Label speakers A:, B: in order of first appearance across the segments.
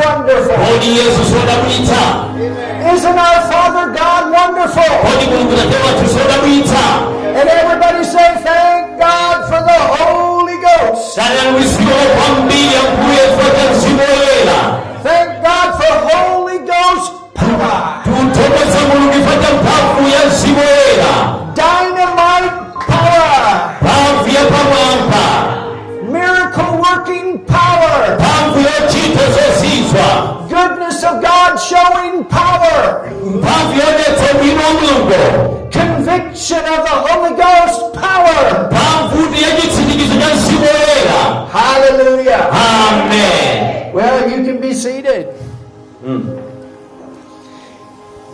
A: Oh,
B: hodi yesu sodamuyita
A: Isn't our Father God wonderful?
B: hodi mulungu wattu sodamuyita
A: And everybody say, Thank God for the Holy Ghost.
B: sayangulisibwa okwambiya nkuyefoka nziboyera
A: Thank God for Holy Ghost power.
B: tuntomeza mulungu ifata mpavu ya nziboyera
A: Dynamite power.
B: mpavu ya pamwampa
A: Miracle working power.
B: mpavu yochita zosizwa
A: Goodness of God showing power.
B: mpavu yonetsa obwino wa mulungu
A: Conviction of the Holy Ghost power.
B: mpavu ndi yachitsirikizo cha nziboyera
A: Hallelujah.
B: amen
A: Well, you can be seated. Hmm.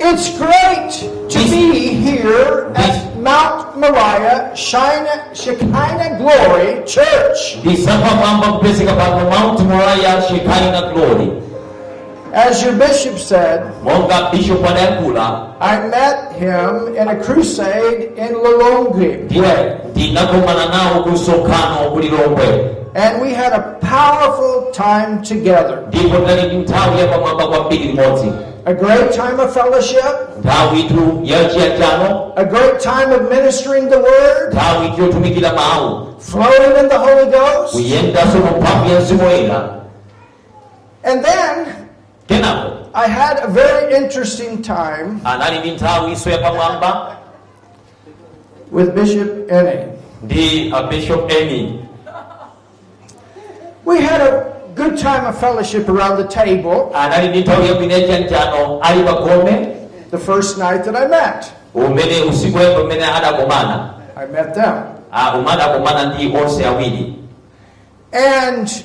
A: It's great to be here at Mount Moriah Shina, Shekinah Glory Church.
B: ndisaba kwamba kupezeka pano mount moriah shekinah glory
A: As your bishop said,
B: monga bishop adayankhula
A: I met him in a crusade in Lilongwe,
B: ndiye ndinagomana nawo ku msonkhano ku lilongwe
A: and we had a powerful time together.
B: ndipo tinali ndi nthawi ya pamwamba kwambiri limodzi
A: A great time of fellowship,
B: nthawi itu ya chiyanjano
A: a great time of ministering the word,
B: nthawi itu yotumikira mawu
A: flowing in the Holy Ghost,
B: kuyendanso mu mphamvu ya mzimu woyera
A: and then
B: kenako
A: I had a very interesting time
B: anali ndi nthawiso ya pamwamba
A: with Bishop Enne.
B: ndi uh, bishop eni
A: We had a good time of fellowship around the table
B: anali ndi nthawi yabwino ya chiyanjano ali pagome
A: the first night that I met.
B: umene usiku wemwe umene adakomana
A: I met them.
B: Ah, umadakumana ndi onse awiri
A: And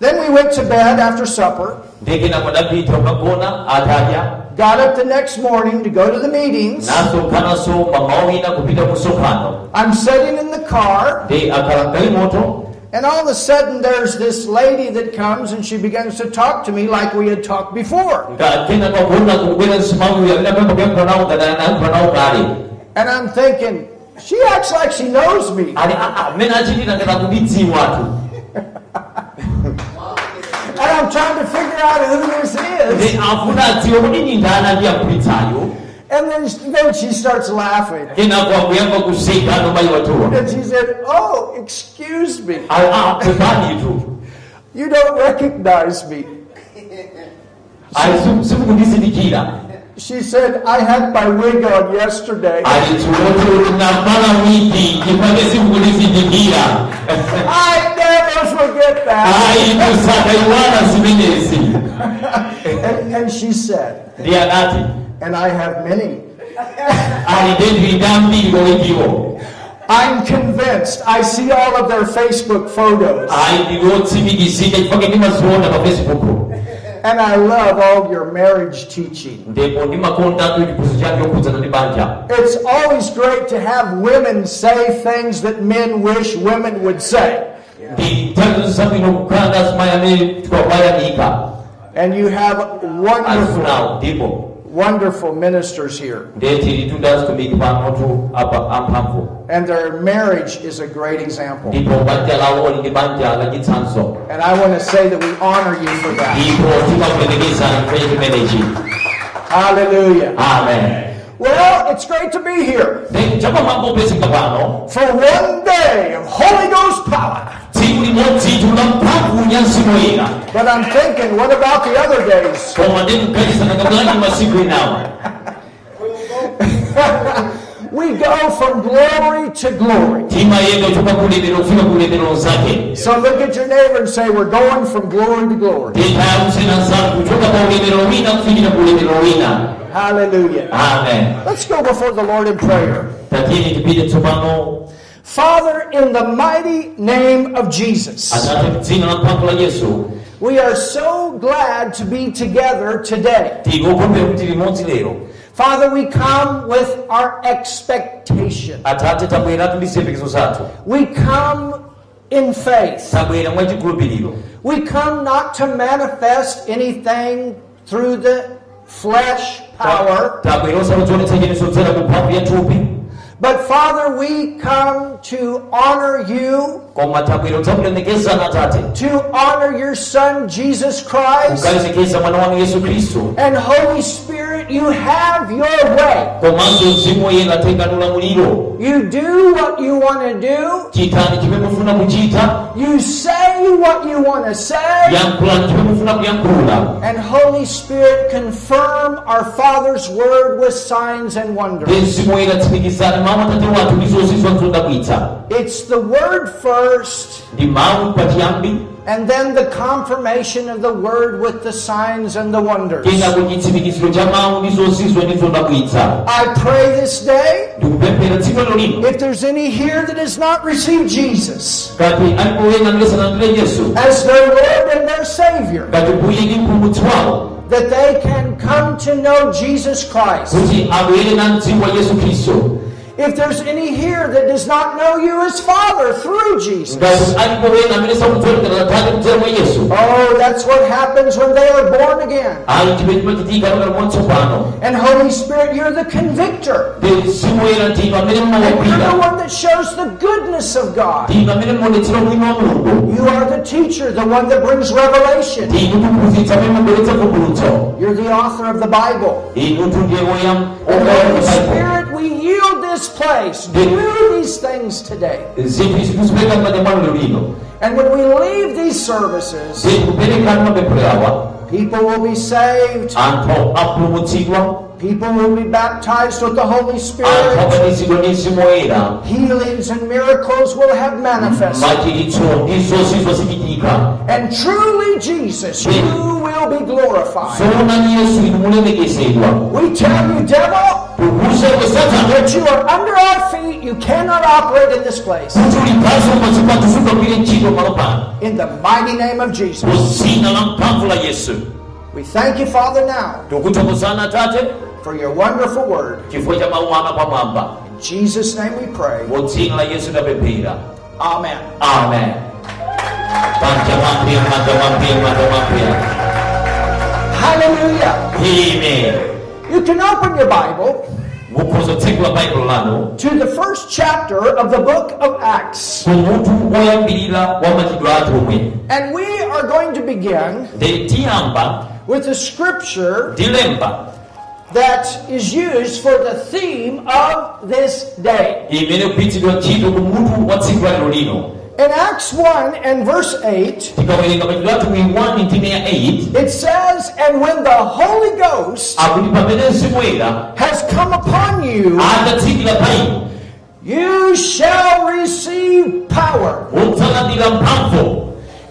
A: then we went to bed after supper,
B: ndekena kudapita ukagona atadya
A: got up the next morning to go to the meetings.
B: nasonkhananso mamawina kupita ku msonkhano
A: I'm sitting in the car,
B: ndi akhala kali moto
A: and all of a sudden there's this lady that comes and she begins to talk to me like we had talked before.
B: ngatena kwagona kubwera msimamu yamene pambo pyankhula nawo ngadana nankhula nawo kale
A: And I'm thinking, she acts like she knows me.
B: ali aa amene achitira ngati akubidziwa tu
A: And I'm trying to figure out who this
B: ndi
A: is.
B: afuna adziwe kuti ndi ndana ndi akupitsayo
A: And then, then she starts laughing.
B: kenako akuyamba kuseka ano mayi wathuwa
A: And she said, Oh, excuse me.
B: ah, kupanitu
A: You don't recognize me.
B: simukundizindikira
A: She said, I had my wig on yesterday.
B: alichiwoto navala wiki ipate sikulizindikira
A: I never forget that.
B: aitusakaiwana zimenezi
A: And, and she said,
B: ndi adati
A: And I have many.
B: alidendwi ndambiri kowekiwo
A: I'm convinced. I see all of their Facebook photos.
B: ayi ndiwotsimikizika chifake ndimaziona pa facebook
A: And I love all your marriage teaching.
B: ndipo ndimakondatu chiphunzitso chake yokhuzana ndi banja
A: It's always great to have women say things that men wish women would say.
B: ndi nthawi zabwino kukhala ndi azimayi amene tikuwabayanika
A: And you have wonderful,
B: azifunawo ndipo
A: wonderful ministers here.
B: ndeti litundazitumiki panotu apa amphamvu
A: And their marriage is a great example.
B: ndipo banja lawo oli ndi banja lachitsanzo
A: And I want to say that we honor you for that.
B: ndipo timakuperekeza kwenye kimenechi
A: Hallelujah.
B: amen
A: Well, it's great to be here
B: chapamwamba upezeka pano
A: for one day of Holy Ghost power.
B: tsiku limodzi tuna mphamvu ya mzimu ina
A: But I'm thinking, what about the other days?
B: koma ndikugadzisana kabwani masiku enawo
A: We go from glory to glory.
B: timayenda kuchoka kulemera kufika kulemera onzake
A: So look at your neighbor and say, we're going from glory to glory.
B: titayamsena zangu kuchoka pa ulemera wina kufikira kulemera wina
A: Hallelujah.
B: amen
A: Let's go before the Lord in prayer.
B: tatiyeni tipite tsopano
A: Father, in the mighty name of Jesus,
B: atate mdzina la mphamvu la yesu
A: we are so glad to be together today.
B: tikukumbira kuti limodzi lero
A: Father, we come with our expectation.
B: atate tabweratu ndi ziyembekezo zathu
A: We come in faith.
B: tabwera mwachikhulupiriro
A: We come not to manifest anything through the flesh power,
B: tabwera osakudzionetsa chiyenezo dzera ku mphamvu ya thupi
A: But Father, we come to honor you,
B: kwamba twakwirotwamulonekeza na tate
A: to honor your Son, Jesus Christ.
B: ukawesekeza mwana wanu yesu kristu
A: And Holy Spirit, you have your way.
B: komanso mzimu oyo ngatenganula muliro
A: You do what you want to do.
B: kitani kimemufuna kuchita
A: You say what you want to say.
B: yankulani kimemufuna kuyankhula
A: And Holy Spirit, confirm our Father's word with signs and wonders.
B: te mzimu oyo ngatsindikizani mawu atate wathu ndi zonse zonzodabwitsa
A: It's the word first,
B: ndi mawu pachiyambi
A: and then the confirmation of the word with the signs and the wonders.
B: kenako chitsimikiziro cha mawu ndi zonsizwa ndi zodabwitsa
A: I pray this day,
B: ndikupemphera tsiku lero lino
A: if there's any here that has not received Jesus
B: kati alipo wena ndilesanandile yesu
A: as their Lord and their Savior,
B: kati mbuye ndi mpulumutsi wawo
A: that they can come to know Jesus Christ.
B: kuti abwere na mzimu wa yesu khristu
A: If there's any here that does not know you as Father through Jesus,
B: ngati alipo wena amene sakudzolekera tate mdzera mwa yesu
A: oh, that's what happens when they are born again.
B: ali chimene chimachitika pakati mwa tsopano
A: And Holy Spirit, you're the convictor.
B: ndi mzimu woyera ndinu amene
A: And you're the
B: mmawagwira
A: one that shows the goodness of God.
B: ndinu amene mmaonetsera ubwino wa mulungu
A: You are the teacher, the one that brings revelation.
B: ndinu kuphunzitsa amene mabweretsa vumbulutso
A: You're the author of the Bible.
B: inu tundiye woyam
A: And Holy Spirit, we yield this place. Do these things today.
B: zinthu izi tizipeka m'manja mwanu lero lino
A: And when we leave these services,
B: zinthu kuperekani mapemphero awa
A: people will be saved.
B: anthu apulumutsidwa
A: People will be baptized with the Holy
B: anthu
A: Spirit.
B: abatizidwa ndi mzimu woyera
A: Healings and miracles will have manifested.
B: machiritso ndi zonsizwa zichitika
A: And truly, Jesus, you will be glorified.
B: zoonani yesu inu mulemekezedwa
A: We tell you, devil,
B: kukusa kwa satana
A: But you are under our feet. You cannot operate in this place.
B: kuti ulipaso mazipatu zikagwire ntchito malo pano
A: In the mighty name of Jesus.
B: mu zina la mphamvu la yesu
A: We thank you, Father, now
B: tikuthokozana atate
A: for your wonderful word.
B: chifukwa cha mawu ana pamwamba
A: In Jesus' name we pray.
B: mu dzina la yesu tapemphera
A: Amen.
B: amen manja mapya manja mapya manja mapya
A: Hallelujah.
B: ime
A: You can open your Bible
B: mukhoza tseko la baibulo lanu
A: to the first chapter of the book of Acts.
B: ku munthu woyambirira wa machidwe athu omwe
A: And we are going to begin
B: ndi tiyamba
A: with a scripture
B: ndilemba
A: that is used for the theme of this day.
B: imene kugwiritsidwa ntchito ku mutu wa tsiku la lero lino
A: In Acts 1 and verse 8,
B: tikawerenga machidwe athu mu 1 ntine ya 8
A: It says, and when the Holy Ghost
B: akuti pamene simuyera
A: has come upon you,
B: adzatsikira pa inu
A: you shall receive power,
B: mudzalandira mphamvu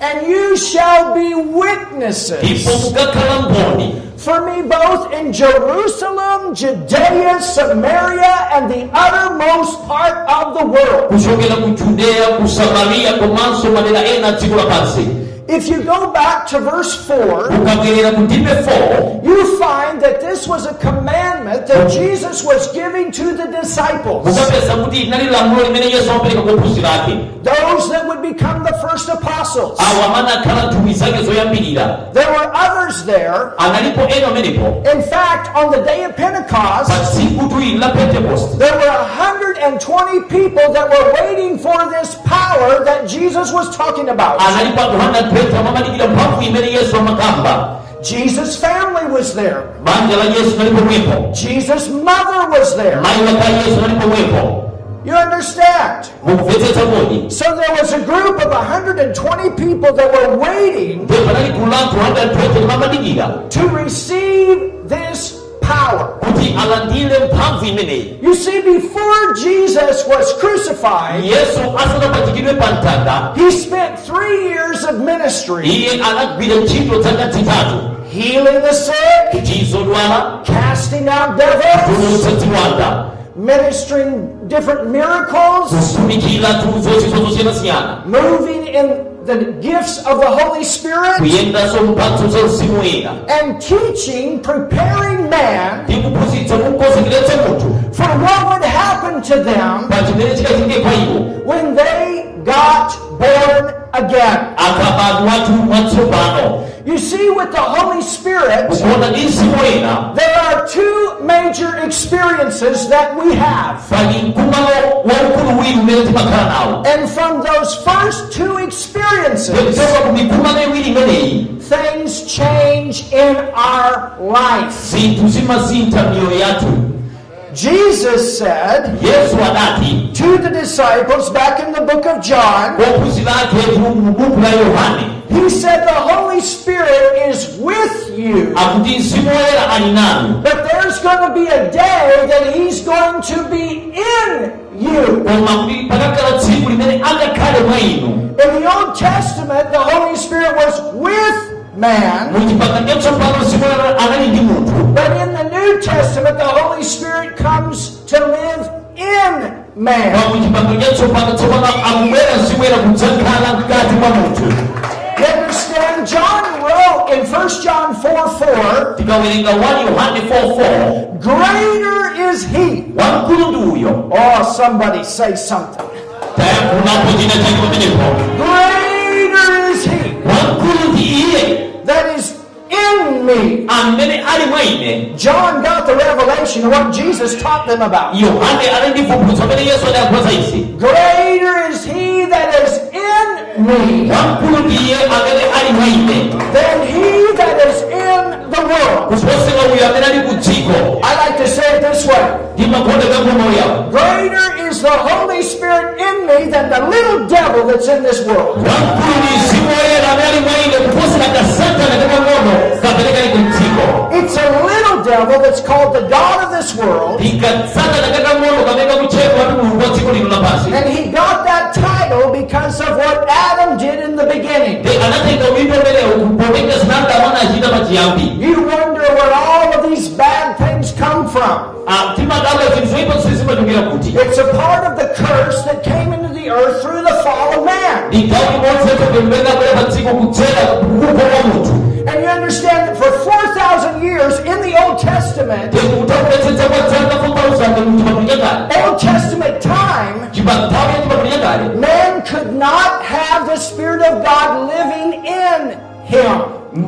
A: and you shall be
B: ndipo
A: witnesses
B: mukakhala mboni
A: for me both in Jerusalem, Judea, Samaria, and the uttermost part of the world.
B: kuchokera ku judeya ku samariya komanso madera ena a dziko lapansi
A: If you go back to verse 4,
B: ukabwerera ku ndibe 4
A: you find that this was a commandment that Jesus was giving to the disciples,
B: mukapeza kuti linali lamulo limene yesu amapereka kwa ophunzira ake
A: those that would become the first apostles.
B: awo amene akhala nthupi zake zoyambirira
A: There were others there.
B: analipo ena amenepo
A: In fact, on the day of
B: pa
A: Pentecost,
B: tsiku tuili la pentekoste
A: there were 120 people that were waiting for this power that Jesus was talking about.
B: analipo anthu 120 amamalikira mphamvu imene yesu amakamba
A: Jesus' family was there.
B: banja la yesu nalipomwepo
A: Jesus' mother was there.
B: mayi waka yesu nalipomwepo
A: You understand?
B: mukupetsetsa kodi
A: So there was a group of 120 people that were waiting
B: ndipo panali gulu la anthu 120 limamadikira
A: to receive this power.
B: kuti alandire mphamvu imeneyi
A: You see, before Jesus was crucified,
B: yesu asanapachikidwe pa mtanda
A: he spent three years of ministry
B: iye anagwira ntchito dzaka zitatu
A: healing the sick,
B: tizodwala
A: casting out devils,
B: tulutsa tiwanda
A: ministering different miracles,
B: kusumikira tuzochizo zosiyanasiyana
A: moving in the gifts of the Holy Spirit,
B: kuyendanso mphatso za mzimu ena
A: and teaching, preparing man
B: ndi kuphunzitsa kukozekeretse munthu
A: for what would happen to them
B: pa chimene chikachitike kwa iwo
A: when they got born again.
B: akabadwatu mwatsopano
A: You see, with the Holy Spirit,
B: ukiona jinsi wina
A: there are two major experiences that we have.
B: vagigumano waukulu wili umene timakhala nawo
A: And from those first two experiences,
B: kuchoka ku migumano iwiri imeneyi
A: things change in our life.
B: zinthu zimazintha miyoyo yathu
A: Jesus said
B: yesu adati
A: to the disciples back in the book of John,
B: ophunzira ake mu buku la yohane
A: He said, The Holy Spirit is with you.
B: akuti mzimu woyera ali nanu
A: But there's going to be a day that He's going to be in you.
B: koma kuti pakakhala tsiku limene angakhale mwa inu
A: In the Old Testament, the Holy Spirit was with man.
B: kuti pakadya tsopano mzimu woyera anali ndi munthu
A: But in the New Testament, the Holy Spirit comes to live in man.
B: pakuti pakadya tsopano tsopano akubwera mzimu woyera kudzakhala mkati mwa munthu
A: You understand? John wrote in 1 John 4
B: tikawerenga 1 yohane 44
A: 4, Greater is He.
B: wamkulu ndi uyo
A: Oh, somebody say something.
B: tayakunapo china chake pamenepo
A: Greater is He
B: wamkulu ndi iye
A: that is in me.
B: amene ali mwa ine
A: John got the revelation of what Jesus taught them about.
B: yohane ali ndi fuphutso amene yesu adayakhula za izi
A: Greater is he that is in me
B: wamkulu ndi iye amene ali mwa ine
A: than he that is in the world.
B: kuposera uyo amene ali ku dziko
A: I like to say it this way
B: ndimagonda kakomoya
A: Greater is the Holy Spirit in me than the little devil that's in this world.
B: wamkulu ndi mzimu woyera amene ali mwa ine kuposera kasatana kakang'ono kaperekali ku dziko
A: It's a little devil that's called the God of this world,
B: ndi kasatana kakang'ono kamene kakutchedwa ndi mulungu wa dziko lino lapansi
A: and he got that title because of what Adam did in the beginning.
B: ndi anatenga udindo umenewu kupoteka zimene amene achita pachiyambi
A: You wonder where all of these bad things come from.
B: Ah, timadabwa zinthu zoyipa zonse zimachokera kuti
A: It's a part of the curse that came into the earth through the fall of man.
B: ndi gawo limodzi yatopembedwa kwera pa dziko kudzera kukupha kwa munthu
A: And you understand that for 4,000 years in the Old Testament,
B: ndipo kutakuletsetsa kwa dzaka 4000 mu chipatulika kale
A: Old Testament time,
B: chipathawi ya chipatulika kale
A: man could not have the Spirit of God living in him.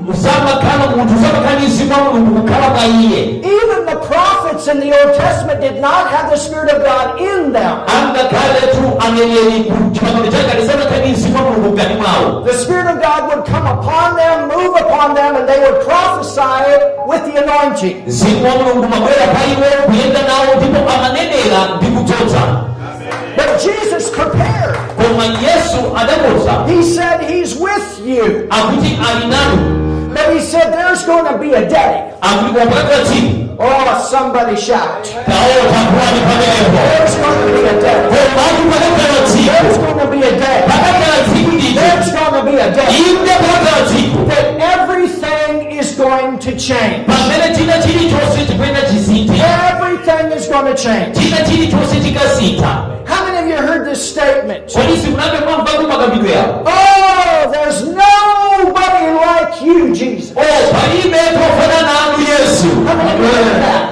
B: usamakhala munthu usamakhala ndi mzimu wa mulungu kukhala pa iye
A: Even the prophets in the Old Testament did not have the Spirit of God in them.
B: angakhaletu aneneri ku chipatulika chakale samakhale ndi mzimu wa mulungu mkati mwawo
A: The Spirit of God would come upon them, move upon them, and they would prophesy it with the anointing.
B: mzimu wa mulungu mabwera pa iwo kuyenda nawo ndipo amanenera ndi kudzodza
A: But Jesus prepared.
B: koma yesu adakoza
A: He said, He's with you.
B: akuti ali nanu
A: But He said, There's going to be a day.
B: akuti kwapakira tsiku
A: Oh, somebody shout.
B: taota kuwani pamenepo
A: There's going to be a day.
B: komatu pakakhala tsiku
A: There's going to be a day.
B: pakakhala tsiku ndito
A: There's going to be a day
B: imde pakakhala tsiku
A: that everything is going to change.
B: pamene china chilichonse chikuyenda chisinthe
A: Everything is going to change.
B: china chilichonse chikasintha
A: How many of you heard this statement?
B: kodi sikunambe mwamvaku makambidwe yawo
A: Oh, there's nobody like you, Jesus.
B: o palibe tofanana anu yesu
A: How many of you heard that?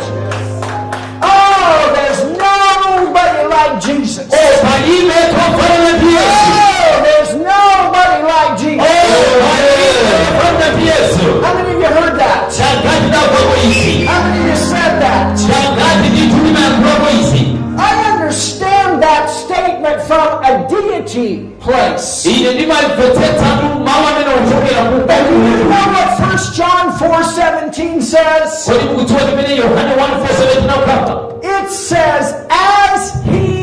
A: Oh, there's nobody like Jesus.
B: o palibe tofanana ndi yesu Oh,
A: Oh, there's nobody like
B: o
A: Jesus.
B: palibe tofanana ndi yesu
A: How many of you heard that?
B: changati ndamvako izi
A: How many of you said that?
B: changati ndithu limayankhulako izi
A: I understand that statement from a deity place.
B: ine ndimamvetsetatu mawu amene ochokera
A: And do you
B: ku
A: know what 1 John 4:17 says?
B: kodi mukudziwa chimene yohane 147 nakukhamba
A: It says, as he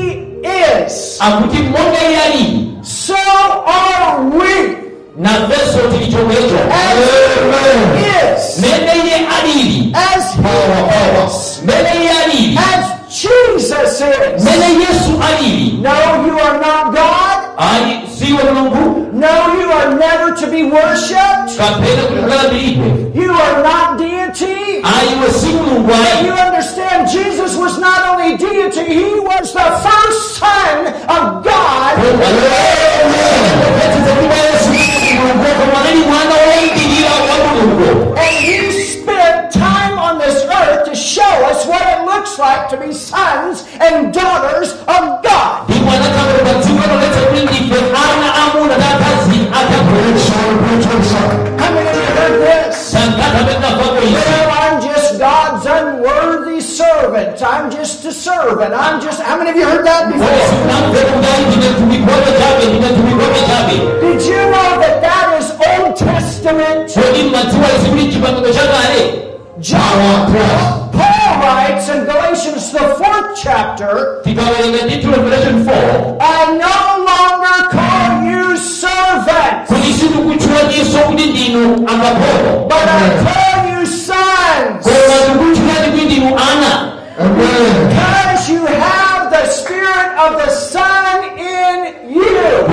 A: is,
B: akuti monga iye alili
A: so are we.
B: namvenso tili chomwecho
A: As he is.
B: mene iye alili
A: As he is.
B: mene iye alili
A: As Jesus is.
B: mene yesu alili
A: No, you are not God.
B: ali siwe mulungu
A: No, you are never to be worshipped.
B: kapena kulikalabilidwe
A: You are not deity.
B: ayiwe si mulungu
A: You
B: ayi
A: understand, Jesus was not only deity, he was the first Son of God.
B: Kupetsetsa kuti yesu ndi mulungu koma anali mwana woyidilira wa mulungu
A: And he spent time on this earth to show us what it looks like to be sons and daughters of God.
B: ndipo anatambula pa dziko analetsa kuti ndife ana amuna takazi akagulu
A: How many of you heard and I'm just, how many of you heard that before? Did you know that that is Old Testament? John, Paul writes in Galatians, the fourth chapter, I no longer call you servants, but I call you sons, because you have the Spirit of the Son in you.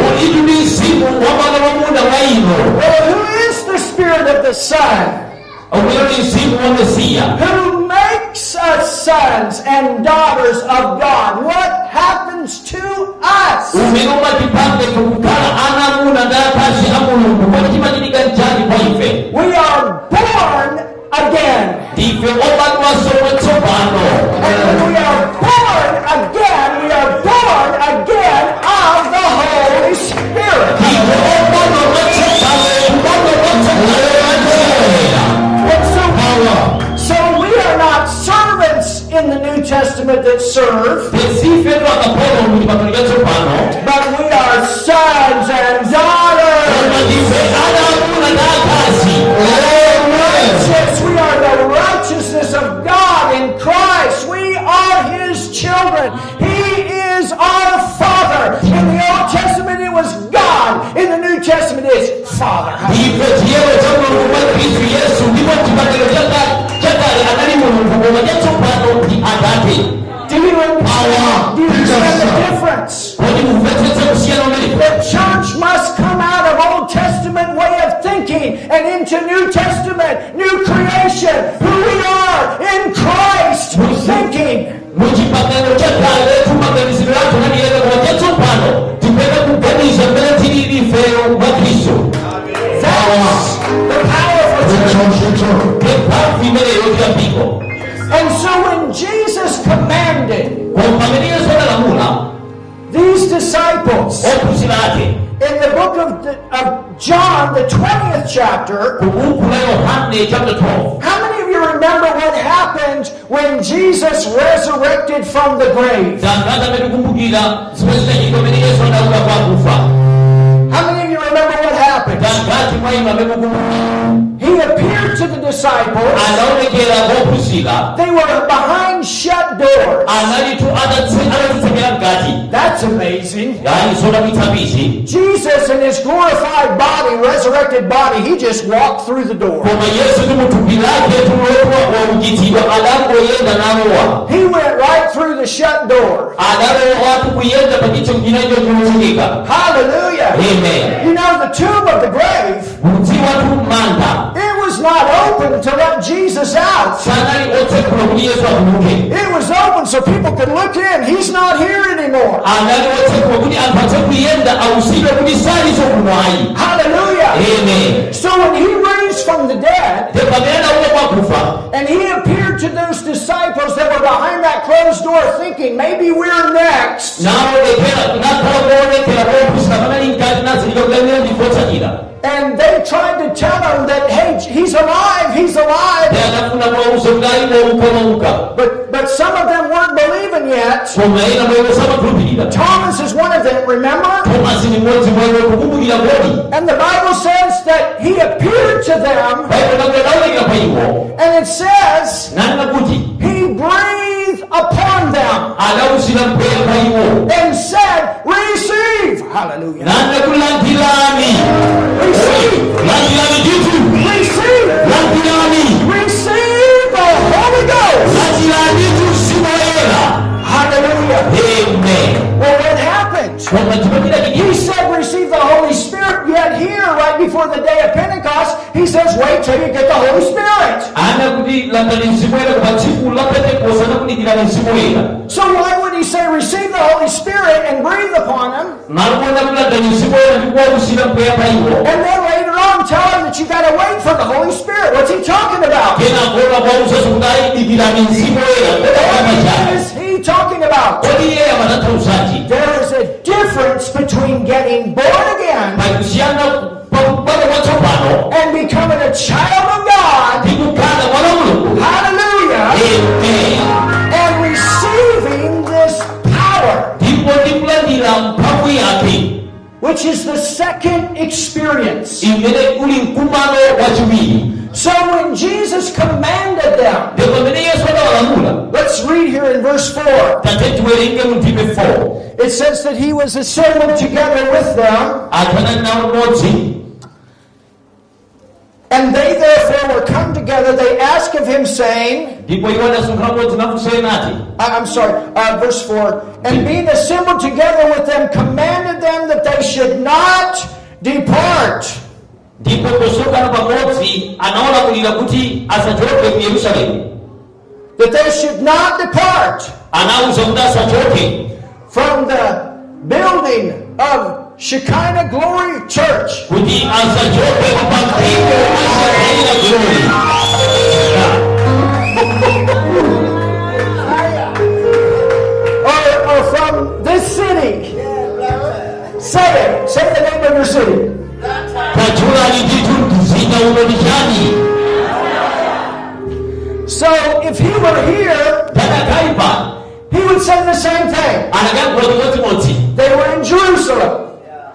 A: Well, who is the Spirit of the Son? Who makes us sons and daughters of God? What happens to us?
B: umeomba kipande kukala ana muna ndatashi amulungu kona chimanyirika njani kwa ife
A: We are born again.
B: ife obadwasowe tsopano
A: And we are born again. We are born again of the Holy Spirit.
B: Power.
A: So we are not servants in the New Testament that serve,
B: Tesifero akapona kuti patolika tsopano
A: but we are sons and daughters.
B: amatife ana amuna na akazi
A: Since we are the righteousness of God in Christ, we are His children. He is our Father. In the Old Testament, it was God. In the New Testament, it's Father.
B: ife chiyero cha mulungu mwa khristu yesu ndipo chipatiro cha ka- cha kale anali mulungu koma cha tsopano ndi atate
A: Do you
B: Power.
A: understand? Do you understand the difference?
B: kodi mumvetsetse kusiyana umenepo
A: The church must come out of Old Testament way of thinking and into New Testament, new creation, who we are in Christ thinking.
B: muchipangano cha kale kumaganiziro lathu laliyenda koma cha tsopano tipena kuganiza mmene tilili ifeyo mwa khristu
A: That's the power of
B: mphamvu imeneyo yotiyambiko
A: And so when Jesus commanded
B: koma pamene yesu analamula
A: these disciples
B: ophunzira ake
A: in the book of, of John, the 20th chapter,
B: ku buku la yohane chapter 12
A: how many of you remember what happened when Jesus resurrected from the grave?
B: tangaza ametikumbukira zimwe zitachitika pamene yesu adauka kwa akufa
A: How many of you remember what happened?
B: tangati mwa inu amekukumbukira
A: He appeared to the disciples.
B: anaonekera kwa ophunzira
A: They were behind shut doors.
B: analitu atatitsekera mkati
A: That's amazing.
B: yani zodabwitsa bizi
A: Jesus in his glorified body, resurrected body, he just walked through the door.
B: koma yesu ndi muthupi lake tulowa waukitidwa adangoyenda nalowa
A: He went right through the shut door.
B: adalowa tukuyenda pachicho mchinacho cholochekeka
A: Hallelujah.
B: amen
A: You know, the tomb of the grave,
B: mudzi wathu manda
A: it was not open to let Jesus out.
B: sanali otsekula kuti yesu atuluke
A: It was open so people could look in. He's not here anymore.
B: anali otsekula kuti anthu atse kuyenda ausidwe kuti saliso kumwayi
A: Hallelujah.
B: amen
A: So when he raised from the dead
B: te pamene adauka kwakufa
A: and he appeared to those disciples that were behind that closed door thinking, maybe we're next.
B: naonekera nakhala kuonekera kophunzira panali mkati nazilika kulemera ndipo tsatira
A: And they tried to tell him that, hey, he's alive, he's alive.
B: te anafuna mwauso kuti ali waukomauka
A: But, but some of them weren't believing yet.
B: koma ena mwene samakhulupirira
A: Thomas is one of them, remember?
B: tomasi ni mmodzi mwene kukumbukira kodi
A: And the Bible says that he appeared to them,
B: baibulo lakula laonekera pa iwo
A: and it says
B: nanena kuti
A: he breathed upon them
B: adawusira mpweya pa iwo
A: and said, Receive! Hallelujah.
B: nanena kuti lankhirani
A: Receive!
B: lankhirani chinthu
A: Receive!
B: lankhirani
A: Receive the Holy Ghost!
B: lankhirani chinthu moyera
A: Hallelujah.
B: amen
A: Well, what happened?
B: koma chipatira
A: He
B: chikisa
A: said, Receive the Holy Spirit, yet here, right before the day of Pentecost, he says, Wait till you get the Holy Spirit.
B: ana kuti landani mzimu woyera koma tsiku la pentekosi anakudikirani mzimu woyera
A: So, why would he say, Receive the Holy Spirit and breathe upon them?
B: malo mwene akulandani mzimu woyera ndi kuwawusira mpweya pa iwo
A: And then later on, tell him that you got to wait for the Holy Spirit. What's he talking about?
B: kena kuona kwauza zokudai dikirani mzimu woyera kodakama
A: What
B: chani
A: is he talking about?
B: kodi iye amatanthauzachi
A: There is a difference between getting born again
B: pakusiyana pakubala kwatsopano
A: and becoming a child of God,
B: ndi kukhala kwa lamulo
A: hallelujah,
B: ene
A: and receiving the
B: kumi yake
A: which is the second experience.
B: imene uli mkumano wachiwiri
A: So when Jesus commanded them,
B: ndipo imene yesu adawalamula
A: let's read here in verse 4.
B: tate tiwerenge mu mphimbe 4
A: It says that he was assembled together with them,
B: akanani nawo mmodzi
A: and they therefore were come together. They asked of him, saying,
B: ndipo iwo adasunkhana mmodzi nafunsa enati
A: I- I'm sorry, uh, verse 4, and being assembled together with them, commanded them that they should not depart.
B: ndipo posokana pamodzi anawalamulira kuti asachoke ku yerusalemu
A: That they should not depart
B: anawuza kuti asachoke
A: from the building of Shekinah Glory Church.
B: kuti asachoke pa mapiko asakalira goli
A: or, or from this city. Say it. Say the name of your city.
B: pachulali ndithu mzinda uno ni chani
A: So if he were here,
B: tadakaipa
A: he would say the same thing.
B: adakankhula chimodzimodzi
A: They were in Jerusalem.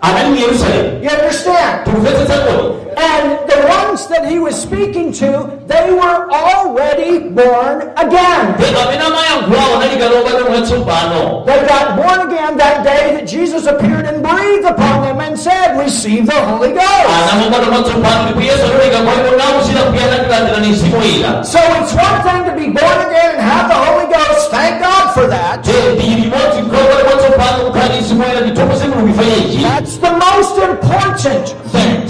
B: anali mu yerusalemu
A: You understand?
B: tikumvetsesa kodi
A: And the ones that he was speaking to, they were already born again.
B: ndipo amene amayankhulawo anali kale obata mwatsopano
A: They got born again that day that Jesus appeared and breathed upon them and said, Receive the Holy Ghost.
B: anamobata mwatsopano ndipo yesu anapereka moyo nawusira kuya anatilandira ni nsimu ina
A: So it's one thing to be born again and have the Holy Ghost. Thank God for that.
B: ndilimodzi mkhokole mwatsopano kukhala ni nsimu ina ndithokoze mulungu ifeyeji
A: That's the most important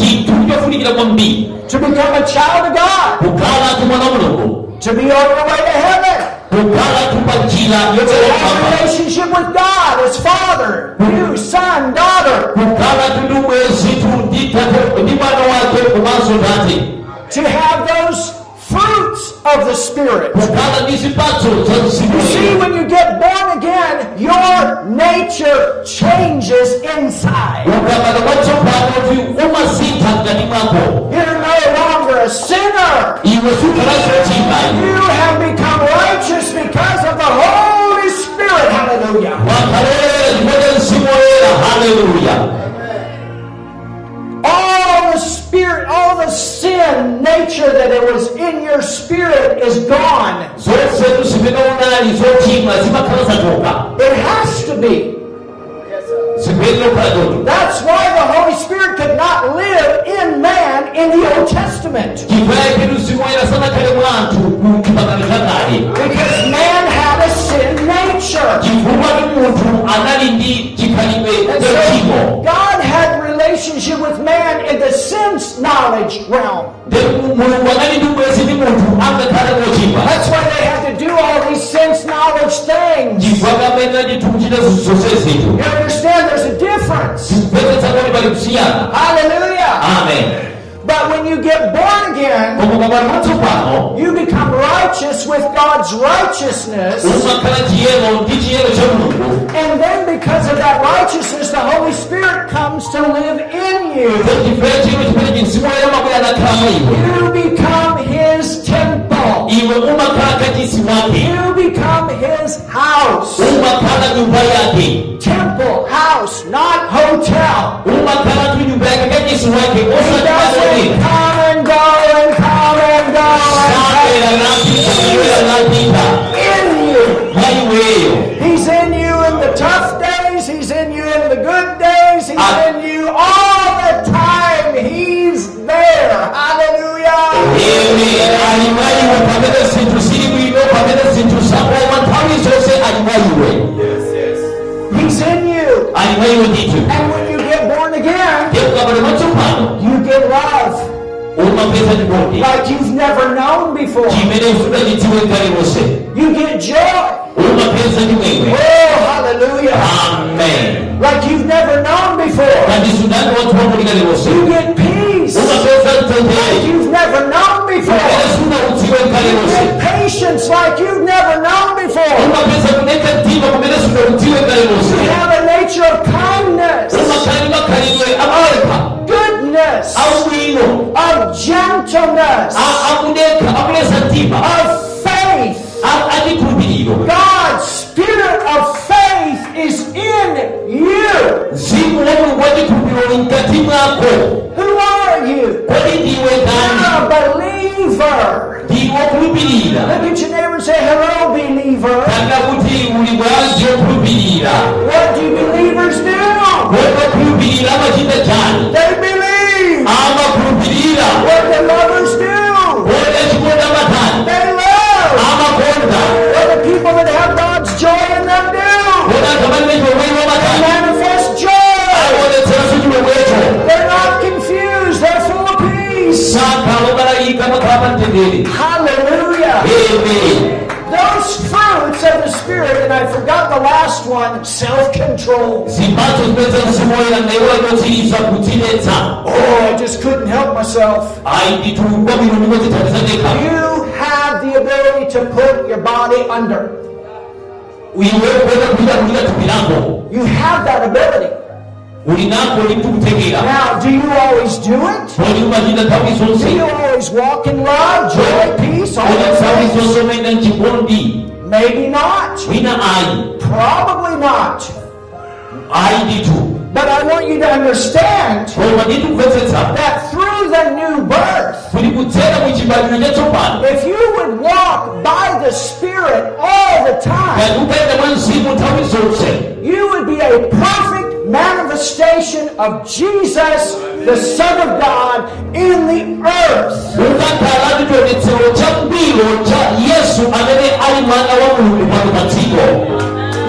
B: chinthu chofunikira kwambiri
A: to become a child of God,
B: kukhala tumwana wa mulungu
A: to be on your way to heaven,
B: kukhala tupanjira
A: to have a
B: yotereaa
A: relationship with God as Father, you, Son, daughter,
B: kukhala tuli ubwenzi tundi tate ndi mwana wake komanso tate
A: to have those fruits of the Spirit.
B: kukhala ndi zipatso za
A: You see,
B: mzimuyo
A: when you get born again, your nature changes inside.
B: ukabata kwatsopano kuti umasintha mkati mwako
A: You're no longer a sinner.
B: iwe sukhalanso chimba
A: You have become righteous because of the Holy Spirit. Hallelujah.
B: wakhalere zimene mzimu woyera haleluya
A: All the spirit, all the sin nature that it was in your spirit is gone.
B: zonsetu zimene unali zochimwa zimakhala zachoka
A: It has to be.
B: zikweyera kukhala choti
A: That's why the Holy Spirit could not live in man in the Old Testament.
B: chifukwa kuti zimuyera sanakhale mwa anthu kukhipangano chakale
A: Because man had a sin nature.
B: chifukwa ti munthu anali ndi chikhalidwe
A: And
B: chochimo
A: so God had relationship with man in the sense knowledge realm.
B: ndipo mulungu anali ndi ubwenzi ndi munthu angakhale mochimwa
A: That's why they had to do all these sense knowledge things.
B: chifukwa kapena ndithu kuchita zonsezito
A: You understand? There's a difference.
B: zikupetsetsa kuti pali kusiyana
A: Hallelujah.
B: amen
A: But when you get born again,
B: koma kapali patsopano
A: You become righteous with God's righteousness.
B: umakhala chiyero ndi chiyero cha mulungu
A: And then because of that righteousness, the Holy Spirit comes to live in you.
B: chifukwa chiro chimene chinsimuera makuya anakhala mwa iwe
A: You become His temple.
B: iwe umakhala kachisi wake
A: You become His house.
B: umakhala nyumba yake
A: Temple, house, not hotel.
B: umakhala tu nyumba yake kachisi wake
A: He doesn't
B: osatimazoe
A: come and go and come and go and
B: kapera napita kapera napita
A: come in you.
B: mwa iweyo
A: He's in you in the tough days. He's in you in the good days. He's
B: Ah.
A: in you all the time. He's there. Hallelujah.
B: iwe ali mwa iwe pamene zinthu zili bwino pamene zinthu zakoma nthawi zonse ali mwa iwe
A: He's in you.
B: ali mwa iwe ndithu
A: And when you get born again,
B: ndipo kapali mwatsopano
A: you get love
B: umapeza ndikondi
A: like you've never known before.
B: chimene usudachidziwe ngale lonse
A: You get joy.
B: umapeza
A: Oh,
B: ndimwemwe
A: hallelujah.
B: amen
A: Like you've never known before.
B: kandi sudani wanthu wamulika lilonse
A: You get peace
B: umapeza mtendere
A: like you've never known
B: pamene
A: before.
B: sudaudziwe ngale
A: You
B: lonse
A: get patience like you've never known before.
B: umapeza kuneka mtima pamene sudaudziwe ngale lonse
A: You have a nature of kindness,
B: umakhali makhalidwe amalekha
A: goodness,
B: aubwino
A: of gentleness,
B: akudekha akuleza mtima
A: of faith.
B: a- achikhulupiriro
A: God's spirit of faith is in you.
B: mzimu ngati mwako
A: Who are you?
B: kodi ndiwe ndani
A: I'm a believer.
B: ndiwe okulubirira
A: Look at your neighbor and say, Hello, believer.
B: kanga kuti uli bwanji okulubirira
A: What do believers do?
B: wena okulubirira amachita chani
A: They believe.
B: amakulubirira
A: What the lovers do?
B: wena chikonda amatani
A: They love.
B: amakonda
A: What the people that have God's joy in them do?
B: wena kamalibe chomwene
A: They
B: wamatani
A: manifest joy.
B: aonetseranso chomwecho
A: They're not confused. They're full of peace.
B: saka amabalayika amakhala pa mtendere
A: Hallelujah.
B: ameni
A: Those fruits of the Spirit, and I forgot the last one, self-control.
B: zipatso zimene zikumoyera nayiwala chotsiriza kutidetsa
A: Oh, I just couldn't help myself.
B: ayi ndithu kwabwino ndipo zithandiza ndekha
A: You have the ability to put your body under.
B: iwe kuweza kupita kulira thupi lako
A: You have that ability.
B: uli nako ndi mtukutekera
A: Now, do you always do it?
B: kodi umachita nthawi
A: Do
B: zonse
A: you always walk in love, joy, peace, all
B: kodi nthawi
A: those things?
B: zonse umayenda mchikondi
A: Maybe not.
B: wina ayi
A: Probably not.
B: ayi ndithu
A: But I want you to understand
B: koma ndithu kumvetsetsa
A: that through the new birth,
B: kuli kudzera mu chibadwiro chatsopano
A: if you would walk by the Spirit all the time,
B: ngati ukayenda mwa mzimu nthawi zonse
A: You would be a perfect manifestation of Jesus, the Son of God, in the earth.
B: ukakhala ndi chiwonetsero chambiro cha yesu amene ali mwana wa mulungu pano pa dziko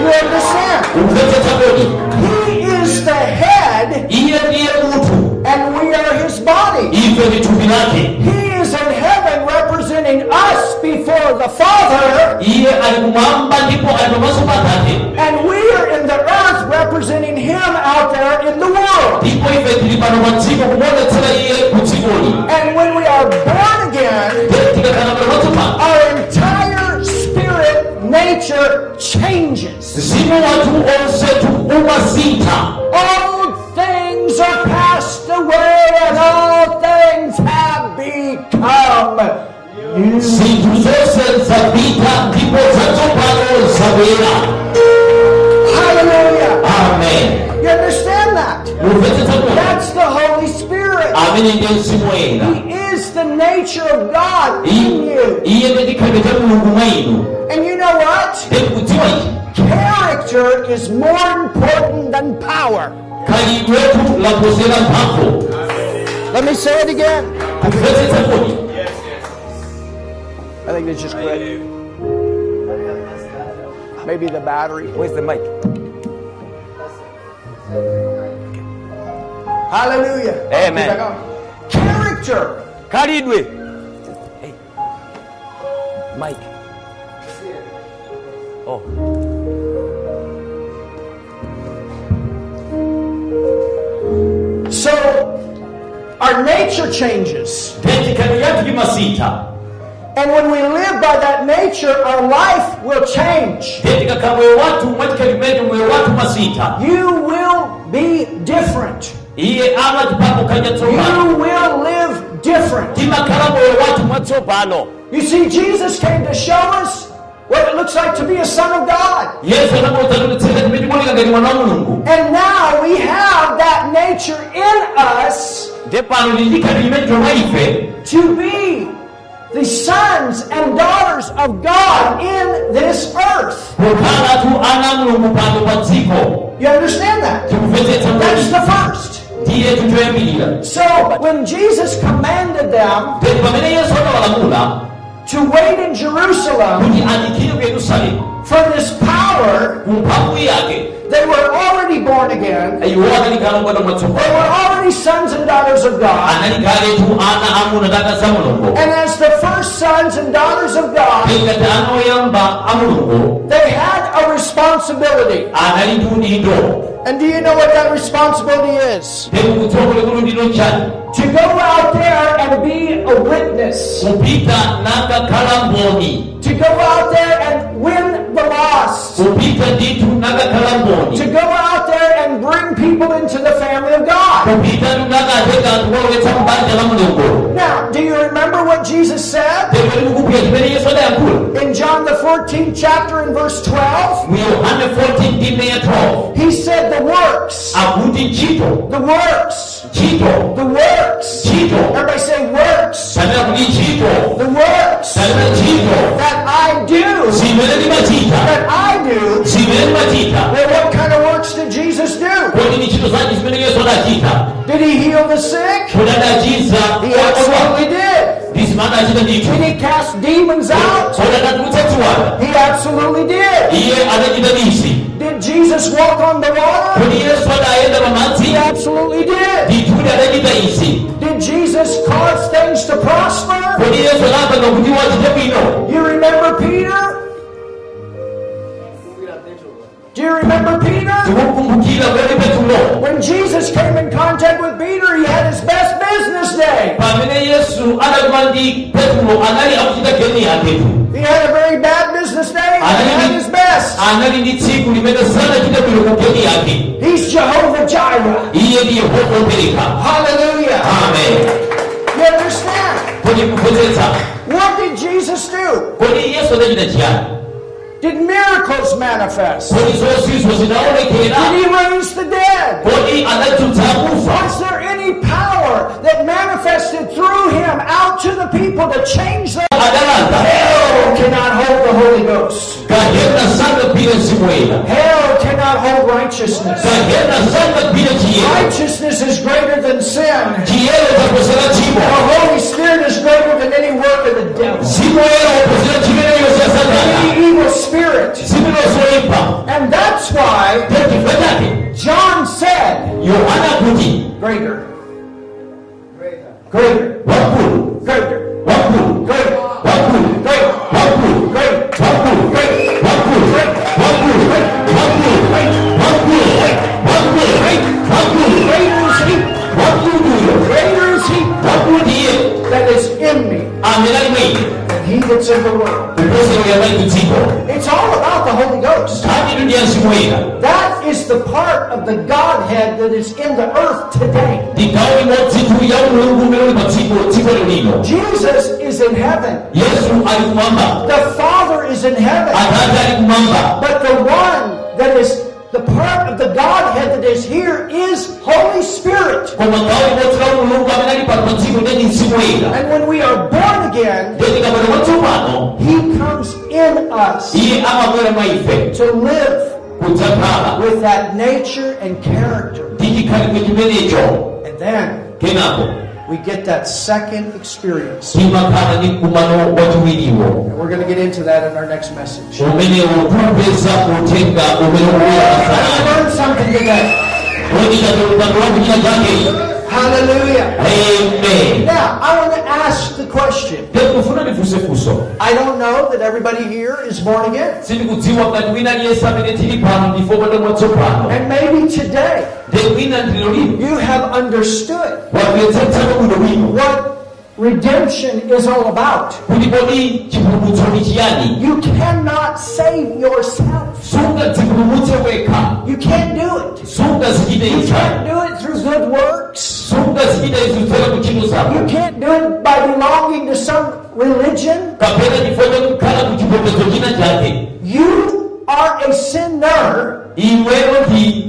A: You understand?
B: kumvetsetsa kodi
A: He is the head,
B: iye ndiye munthu
A: and we are his body.
B: ife ndi thupi lake
A: He is in heaven representing us before the Father,
B: iye ali kumwamba ndipo ali pamaso pa tate
A: and we are in the earth representing him out there in the world.
B: ndipo ife tili pano pa dziko kumonetsera iye ku dzikoli
A: And when we are born again,
B: Ndipo tikakhala pano patsopano
A: our entire spirit nature changes.
B: mzimu wathu onsetu umasintha
A: All things are passed away, and all things have become new.
B: zinthu zonse zapita ndipo zatsopano zabwera
A: Hallelujah.
B: amen
A: You understand that?
B: mumvetsetsa kuti
A: That's the Holy Spirit.
B: amene ndiye mzimu woyera
A: He is the nature of God in
B: I-
A: you.
B: iye ndi chikhalidwe cha mulungu mwa inu
A: And you know what?
B: ndi kudziwa ichi
A: Character is more important than power.
B: khalidwe letu laphunzira mphamvu
A: Let me say it again.
B: kumvetsetsa kodi
A: I think it's just great. Maybe the battery.
C: Where's the mic?
A: Hallelujah.
C: Amen.
A: Character
C: Khalidwe. Hey. Mike. Oh.
A: So our nature changes.
B: Tete kali yatu kimasita.
A: And when we live by that nature, our life will change.
B: Tete kaka mwe watu mwatika limene mwe watu masita.
A: You will be different.
B: Iye ama tipapo kanya tsopano.
A: You will live different.
B: Timakhala mwe watu mwatsopano.
A: You see, Jesus came to show us what it looks like to be a son of God.
B: Yesu anamuwuza kuti tsika timene timoneka ngati mwana wa Mulungu.
A: And now we have that nature in us
B: Nde pano lili kali limene tomwe ife.
A: to be the sons and daughters of God in this earth.
B: Kukhala tu ana Mulungu pano pa dziko.
A: You understand that?
B: Tikumvetsetsa
A: That's
B: kodi
A: the first.
B: ndiye titoyambirira.
A: So when Jesus commanded them
B: Tete pamene Yesu anawalamula
A: to wait in Jerusalem
B: kuti adikire ku Yerusalemu
A: for this power,
B: ku mphamvu yake.
A: they were already born again.
B: Iwo analikhala mwana
A: They were
B: mwatsopano.
A: already sons and daughters of God.
B: Analikhala tu ana amuna takaza Mulungu.
A: And as the first sons and daughters of God,
B: ngati anoyamba a mulungu
A: they had a responsibility.
B: anali ndi udindo
A: And do you know what that responsibility is?
B: ndikukutsogole kuti udindo chani
A: To go out there and be a witness.
B: kupita nakakhala mboni
A: To go out there and win the lost.
B: kupita ndithu nakakhala
A: To
B: mboni
A: go out there and bring people into the family of God.
B: kupita ndinakatenga anthu kwalowetsa m'banja la mulungu
A: Now, do you remember what Jesus said
B: ndipo tikukupia chimene yesu adayankhula
A: in John the 14th chapter and verse 12,
B: Mu Yohana 14:12
A: he said the works,
B: akuti ntchito
A: the works,
B: ntchito
A: the works.
B: ntchito
A: Everybody say works,
B: salira kuti ntchito
A: the works
B: salira ntchito
A: that I do,
B: zimene timachita
A: that I do.
B: zimene timachita
A: Well, what kind of works did Jesus do?
B: kodi ni ntchito zanji zimene yesu adachita
A: Did he heal the sick?
B: kodi adachiza
A: He absolutely did.
B: ndi zimene adachita ndithu
A: Did he cast demons out?
B: kodi adatulutsa ziwanda
A: He absolutely did.
B: iye adachita dizi
A: Did Jesus walk on the water?
B: kodi yesu adayenda pamadzi
A: He absolutely did.
B: ndithu kuti adachita izi
A: Did Jesus cause things to prosper?
B: kodi yesu anapanga kuti wachite bwino
A: You remember Peter? Do you remember Peter?
B: tikukumbukira kuti petulo
A: When Jesus came in contact with Peter, he had his best business day.
B: pamene yesu anatuma ndi petulo anali akuchita geni yaketu
A: He had a very bad business day, and he had his best.
B: anali ndi tsiku limene sanachite bwino ku geni yake
A: He's Jehovah Jireh.
B: iye ndi yehova opereka
A: Hallelujah.
B: amen
A: You understand?
B: kodi kukonzetsa
A: What did Jesus do?
B: kodi yesu adachita chiyani
A: Did miracles manifest?
B: kodi zonsizwo
A: Did
B: zinaonekera
A: he raise the dead?
B: kodi anadzutsa akufa
A: Was there any power that manifested through him out to the people to change their
B: adalanda
A: Hell cannot hold the Holy Ghost.
B: kahena sangagwire zimwera
A: Hell cannot hold righteousness.
B: kahena sangagwire chiyero
A: Righteousness is greater than sin.
B: chiyero chaposera chimo
A: The Holy Spirit is greater than any work of the devil.
B: zimwera oposera chimene yonse ya satana
A: Any evil spirit.
B: zimene zoyipa
A: And that's why
B: chifukwa chake
A: John said,
B: yohana akuti
A: greater. Greater.
B: wakulu
A: Greater.
B: wakulu
A: Greater.
B: wakulu wakulu
A: Greater.
B: wakulu wakulu wakulu wakulu wakulu wakulu wakulu wakuluyo
A: Greater is he
B: wakuluiye
A: that is in me
B: amene ali mwa ine
A: than he that's in the world.
B: kuposerera mwa ine dziko
A: It's all about the Holy Ghost.
B: amitu ndi azimwera
A: That is the part of the Godhead that is in the earth today.
B: ndi gawo imodzi tu ya mulungu umene uli pa dziko dziko lilino
A: Jesus is in heaven.
B: yesu ali kumwamba
A: The Father is in heaven.
B: atate ali kumwamba
A: But the one that is the part of the Godhead that is here is Holy Spirit.
B: koma gawo imodzi la mulungu amene ali pa pa dziko ndi nzimwera
A: And when we are born again,
B: Yeye kapata kwatsopano
A: He comes in us
B: iye amabwera mwa ife
A: to live
B: kudzakhala
A: with that nature and character.
B: ndi chikhalidwe chimenecho
A: And then
B: kenako
A: we get that second experience.
B: timakhala ndi mkumano wachiwiriwo
A: And we're going to get into that in our next message.
B: umenewo kupeza kutenga umene
A: I
B: ukuyaasanani
A: learned something today.
B: otikatolukando wakuchita chake
A: Hallelujah.
B: amen
A: Now, I want to ask the question.
B: tekufuna ndifunsefunso
A: I don't know that everybody here is born again.
B: sindikudziwa ngati wina aliyense amene tili pano ndifopanda mwatsopano
A: And maybe today
B: ndi wina ndilo lino
A: you have understood
B: wapeza mtsano bwino bwino
A: what redemption is all about.
B: kuti kodi chipulumutso ndi chiyani
A: You cannot save yourself.
B: sungadzipulumutse wekha
A: You can't do it.
B: sungazichite
A: You can't
B: icha
A: do it through good works.
B: sungazichite izo zera kuchimo
A: You
B: zako
A: can't do it by belonging to some religion.
B: kapena chifukwa chakukhala kuchipombezo china chake
A: You are a sinner.
B: iweyo ndi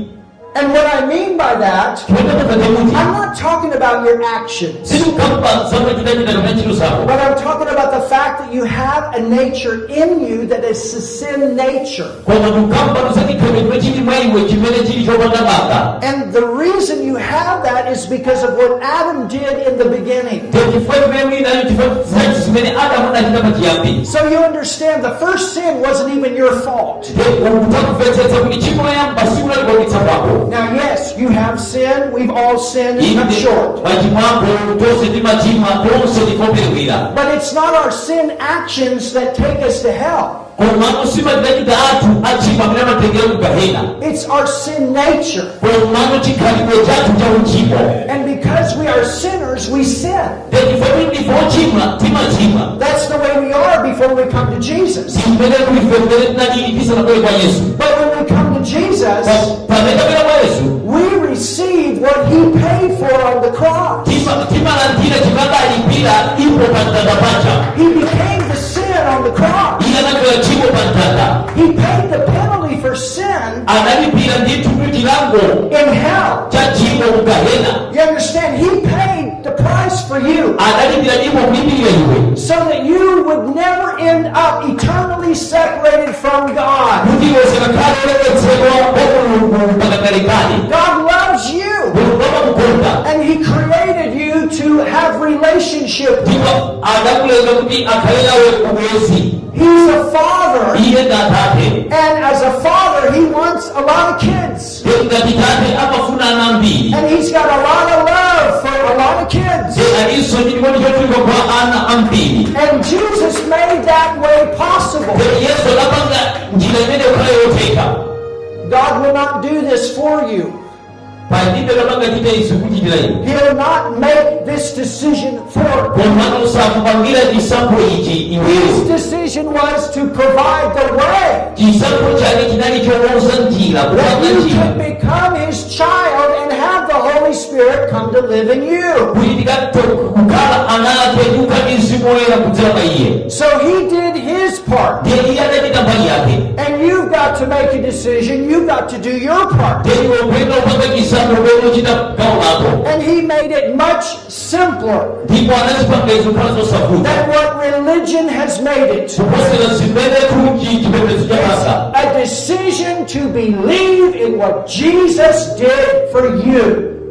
A: And what I mean by that,
B: chipombezo chakuti
A: I'm not talking about your actions.
B: sikukhamba zama chitachita kapena ntchito zako
A: But I'm talking about the fact that you have a nature in you that is a sin nature.
B: koma kukhamba lusakhikhame chimwe chili mwa iwe chimene chili chopanda baka
A: And the reason you have that is because of what Adam did in the beginning.
B: nde chifukwa chimene mwinayo chifukwa zachi zimene adamu adachita pachiyambi
A: So you understand the first sin wasn't even your fault.
B: nde kutakumvetsetsa kuti tchimo layamba sikunalikwabwitsa kwako
A: Now, yes, you have sin. We've all sinned.
B: ine
A: I'm short.
B: machimo ako tonse timachima tonse tifomerewira
A: But it's not our sin actions that take us to hell.
B: koma usimadzachita athu achimwa amene amatengera ku gahena
A: It's our sin nature.
B: komano chikhalidwe chathu cha uchimo
A: And because we are sinners, we sin.
B: ndechifukwa ndife ochimwa timachimwa
A: That's the way we are before we come to Jesus.
B: simene kulife mmene tinalili tisanabwere kwa yesu
A: But when we come to Jesus,
B: Pa- pamene tapera kwa yesu
A: We receive what he paid for on the cross.
B: tima- timalandira chimene adalimbira ipo pa mtanda paja
A: He became the sin on the cross.
B: iye anagwera
A: He paid the penalty for sin
B: analipira ndithu lwitilango
A: in hell.
B: cha jiwo mu gahena
A: You understand? He paid the price for you
B: analipira jiwo kulipirira iwe
A: so that you would never end up eternally separated from God.
B: kuti iwe usangakhale olowetsedwa kwa mulungu mpaka kalekale
A: God loves you
B: mulungu amakukonda
A: and He created you to have relationship.
B: ndipo adakulenga kuti akhale nawe ubwezi
A: He's a father,
B: iye ndi atate
A: and as a father, He wants a lot of kids.
B: ndipo ngati tate amafunana ambiri
A: And He's got a lot of love for a lot of kids.
B: je alinso ndi chikondi chochuluka kwa ana ambiri
A: And Jesus made that way possible.
B: ndipo yesu anapanga njira imene ukhale yotheka
A: God will not do this for you.
B: pandibe kapanga chite izi kuchitira iwe
A: He'll not make this decision for you.
B: komano sakupangira chisampho ichi
A: His
B: iweyo
A: decision was to provide the way
B: chisampho chake chinali chowonza njira
A: that
B: kupanga
A: you
B: njira
A: could become His child and have the Holy Spirit come to live in you.
B: kuti tikatho- kukhala ana ake ndi ukhati mzimu woyera kudzera pa iye
A: So He did His part.
B: ndiye iye adachita mbali yake
A: And you've got to make a decision. You've got to do your part.
B: ndiye iwe ukuyenda kupanga chisampho komwe uchita gawo lako
A: And He made it much simpler
B: ndipo anazipanga izo khala zosavuta
A: than what religion has made it.
B: kuposera zimenetu chi chipembedzo cha basa
A: a decision to believe in what Jesus did for you.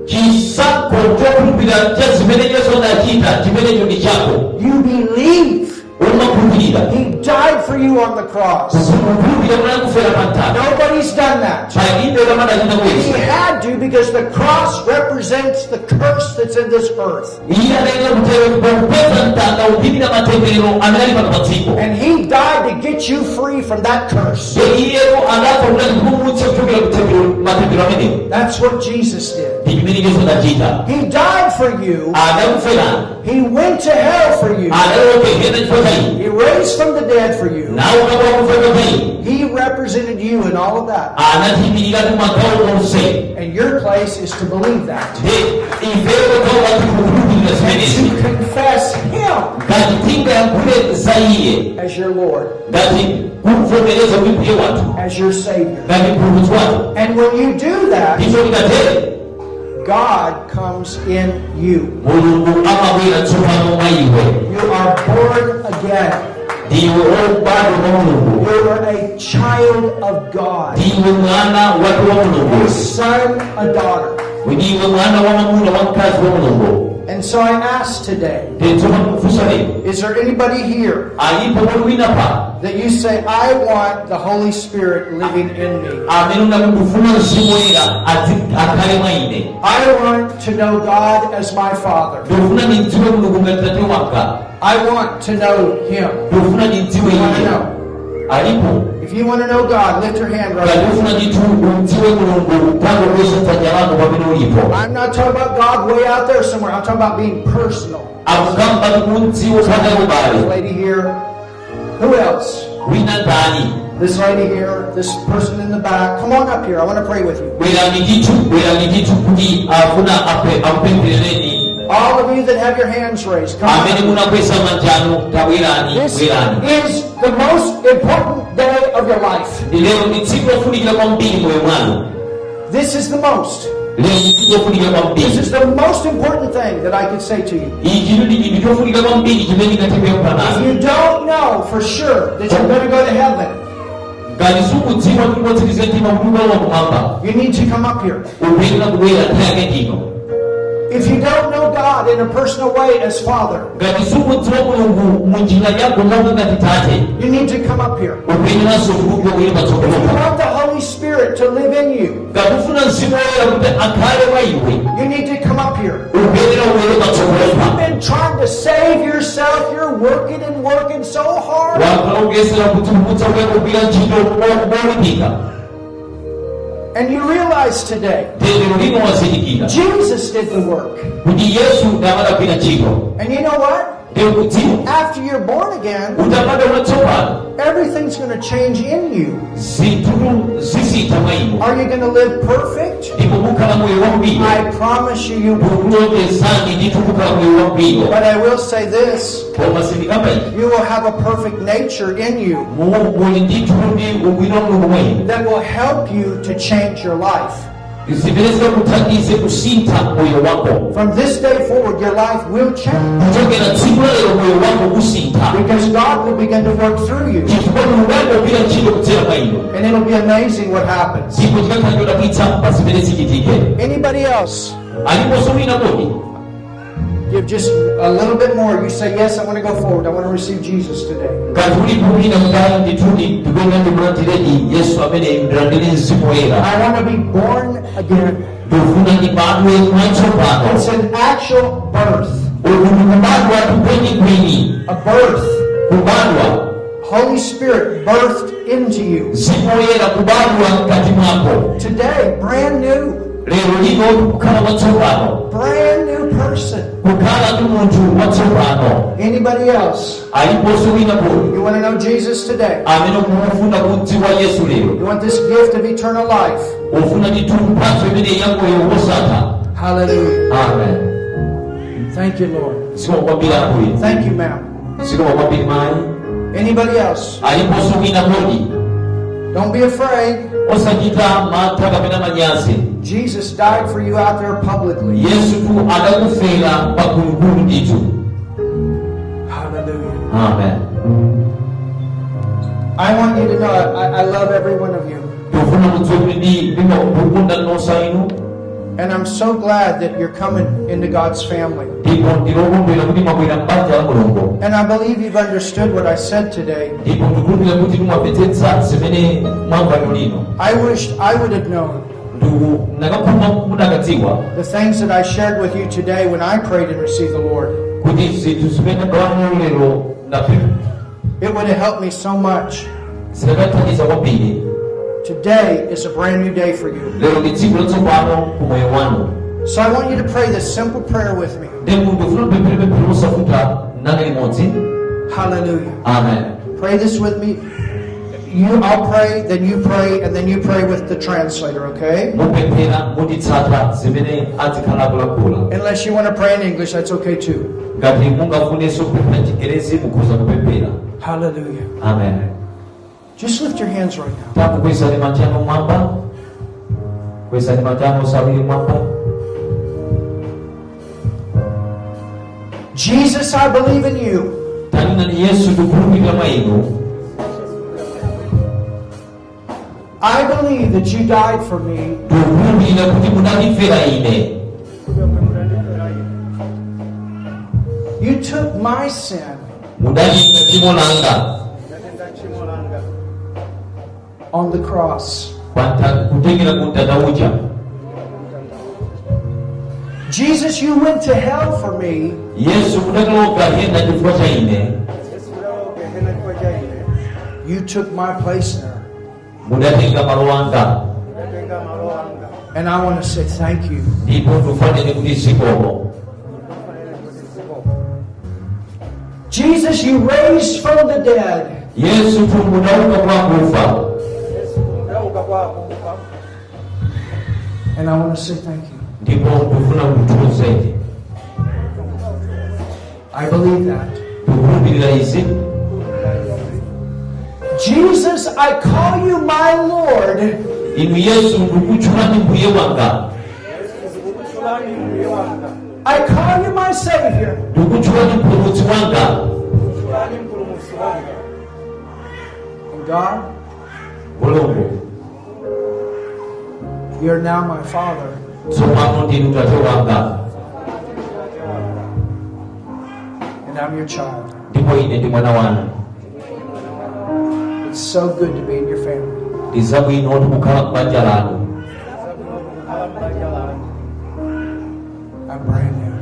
B: chisampho chokhulupirira cha zimene yesu adachita chimenecho ndi chako
A: You believe
B: umakhulupirira
A: He died for you on the cross.
B: kukhulupirira mwana kufera pa nthawi
A: Nobody's done that.
B: palibe kamene achita
A: He
B: kwezi
A: had to because the cross represents the curse that's in this earth.
B: iye adayenera kutero pakupeza mtanda kupirira matemberero amene ali pano pa dziko
A: And He died to get you free from that curse.
B: ndipo iyeyo anafa kuti ndikumbutse kuchokera kutembero matembero amenewo
A: That's what Jesus did.
B: ndi chimene yesu adachita
A: He died for you.
B: adamfera
A: He went to hell for you.
B: adalokehena chifukwa cha ine
A: He raised from the dead for you.
B: nawo kakwa kufeka pa ine
A: He represented you in all of that.
B: anachimirira kumagawo onse
A: And your place is to believe that.
B: ndi imvero gawo lati kukhulupirira
A: To
B: zimenezi
A: confess Him
B: ngati tingayankhule za iye
A: as your Lord,
B: ngati kumvomereza kuti ndiye wathu
A: as your Savior.
B: ngati mpulumutsi wathu
A: And when you do that,
B: ndipo tikatero
A: God comes in you.
B: mulungu amabwera tsopano mwa iwe
A: You are born again.
B: ndiwe obadwa mwa
A: You
B: mulungu
A: are a child of God,
B: ndiwe mwana wake wa
A: a
B: mulungu
A: son, a daughter.
B: ndiwe mwana wa mwamuna wa mkazi wa mulungu
A: And so I ask today
B: ndetsopano kufunsa lero
A: Is there anybody here
B: alipo kuti wina pa
A: that you say, I want the Holy Spirit living in me?
B: amene unakundifuna mzimu woyera adzi- akhale mwa ine
A: I want to know God as my Father.
B: ndikufuna ndidziwe mulungu ngati tate wanga
A: I want to know Him.
B: ndikufuna ndidziwe iye alipo
A: If you want to know God, lift your hand right
B: ngati
A: now.
B: ufuna ndithu udziwe mulungu tango kuwesa dzanja lako pamene ulipo
A: I'm not talking about God way out there somewhere. I'm talking about being personal.
B: akukamba tikudziwe pakayo
A: This
B: bale
A: lady here. Who else?
B: wina ndani
A: This lady here. This person in the back. Come on up here. I want to pray with you.
B: bwerani ndithu bwerani ndithu kuti afuna ape- amupempherereni
A: All of you that have your hands raised, come
B: amene
A: on. up.
B: munakwesa manjano tabwerani
A: This
B: bwerani
A: is the most important day of your life.
B: lero ndi tsiku lofunikira kwa mbiri moyo mwanu
A: This is the most.
B: lero ndi tsiku lofunikira kwa
A: This
B: mbiri
A: is the most important thing that I could say to you.
B: ichi ndi chinthu chofunikira kwa mbiri chimene ingatembere
A: If
B: panaso
A: you don't know for sure that you're going to go to heaven,
B: ngati sikudziwa kuti motsiriza mtima kuti ukalowa kumwamba
A: you need to come up here.
B: upitira kubwera nthawi yake ndino
A: If you don't know God in a personal way as Father,
B: ngati sikudziwa mulungu munjira yagomoka ngati tate
A: you need to come up here.
B: upitiranso kuti ukubwere
A: If you
B: patsogolo
A: want the Holy Spirit to live in you,
B: ngakufuna mzimu woyera kuti akhale mwa iwe
A: you need to come up here.
B: upitira ubwere patsogolo
A: You've
B: pano
A: been trying to save yourself. You're working and working so hard.
B: wakalongesera kuti mudza kuyakupira ntchito molimbika
A: And you realize today,
B: tendero lino wazindikira
A: Jesus did the work.
B: kuti yesu ndamadagwira ntchito
A: And you know what?
B: ekutii
A: After you're born again,
B: utapata unachopano
A: everything's going to change in you.
B: zinthu zizitamaimo
A: Are you going to live perfect?
B: ndipo mukhala moyo wambiri
A: I promise you, you will.
B: kuchenjezani ndithu kukhala moyo wambiri
A: But I will say this
B: koma sindikamba ichi
A: you will have a perfect nature in you
B: mulungu uli ndithu kuti ugwira mulungu mwayi
A: that will help you to change your life.
B: zimene zikakuthandize kusintha moyo wako
A: From this day forward, your life will change
B: kuchokera tsiku la lero moyo wako kusintha
A: because God will begin to work through you.
B: chifukwa mulungu akugwira ntchito kudzera mwa ino
A: And it'll be amazing what happens.
B: ndipo chikakhala chodabwitsa pa zimene zichitike
A: Anybody else?
B: aliponso wina kodi
A: Give just a little bit more. You say, Yes, I want to go forward. I want to receive Jesus today.
B: ngati ulipo wina mdani ndithudi ndikuyenda ndikulandireni yesu amene ndilandire mzimu woyera
A: I want to be born again.
B: ndofuna ndibadwe mwatsopano
A: It's an actual birth,
B: uku kubadwa tikwenikweni
A: a birth.
B: kubadwa
A: Holy Spirit birthed into you.
B: mzimu woyera kubadwa mkati mwako
A: Today, brand new,
B: lero lino kukhala watsopano
A: brand new person.
B: kukhala ndi munthu watsopano
A: Anybody else?
B: aliponso wina kodi
A: You want to know Jesus today?
B: amene kumufuna kudziwa yesu lero
A: You want this gift of eternal life?
B: ufuna ndithu mphatso imene yamoyo wosatha
A: Hallelujah.
B: amen
A: Thank you, Lord.
B: zikoma kwambiri akuli
A: Thank you, ma'am.
B: zikoma kwambiri mayi
A: Anybody else?
B: aliponso wina kodi
A: Don't be afraid.
B: osachita mantha kapena manyazi
A: Jesus died for you out there publicly.
B: yesu tu adakufera pagulugulu ndithu
A: Hallelujah.
B: amen
A: I want you to know I, I love every one of you.
B: ndofuna kudziwa kuti ndi ndimukunda nonsa inu
A: And I'm so glad that you're coming into God's family.
B: ndipo ndilokondwera kuti mwabwera mbanja la mulungu
A: And I believe you've understood what I said today.
B: ndipo ndikulumbira kuti timwapetsetsa zimene mwamvano lino
A: I wished I would have known
B: Nduku, ndakakhuma mudakadziwa
A: the things that I shared with you today when I prayed and received the Lord.
B: kuti zinthu zimene bwano lero ndapempha
A: It would have helped me so much.
B: zidakathandiza kwambiri
A: Today is a brand new day for you.
B: lero ndi tsiku latsopano kumoyo wanu
A: So I want you to pray this simple prayer with me.
B: ndipo ndofuna kupemphera pemphero losavuta nane limodzi
A: Hallelujah.
B: amen
A: Pray this with me. You, I'll pray, then you pray, and then you pray with the translator, okay?
B: mupemphera munditsata zimene azikhala akuluakula
A: Unless you want to pray in English, that's okay too.
B: ngati mungafunenso kupemphera chigerezi mukhoza kupemphera
A: Hallelujah.
B: amen
A: Just lift your hands right now.
B: takukwezani machano mwamba kwezani machano osawiri mwamba
A: Jesus, I believe in you.
B: taninani yesu ndikukhulupirira mwa inu
A: I believe that you died for me.
B: ndikukhulupirira kuti munandimvera ine
A: You took my sin
B: munayika dzimo langa
A: on the cross.
B: kwanta- kutengera kuntanda uja
A: Jesus, you went to hell for me,
B: yesu munakaloga hena chifukwa cha ine
A: you took my place there.
B: munatenga malo anga
A: And I want to say thank you.
B: ndipo ndikufanire kuti zikomo
A: Jesus, you raised from the dead.
B: yesu tumunauka kwa kufa
A: And I want to say thank you.
B: ndipo ndikufuna kutiuzeni
A: I believe that.
B: ndikukhulupirira izi
A: Jesus, I call you my Lord
B: inu yesu ndikutchulani mbuye wanga
A: I call you my Savior.
B: ndikutchulani mpulumutsi wanga
A: And Oh God,
B: mulungu
A: you're now my Father.
B: tsopano ndinu tate wanga
A: And I'm your child.
B: ndipo ine ndi mwana wanu
A: It's so good to be in your family.
B: ndi zabwino kuti mukhala m'banja lanu
A: I'm brand new.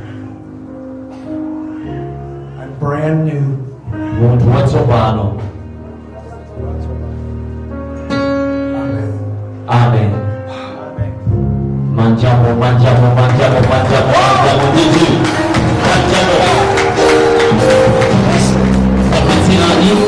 A: I'm brand new.
B: munthu watsopano
A: Amen.
B: amen manjamo manjamo manjamo manjamo manjamo nditi manjamo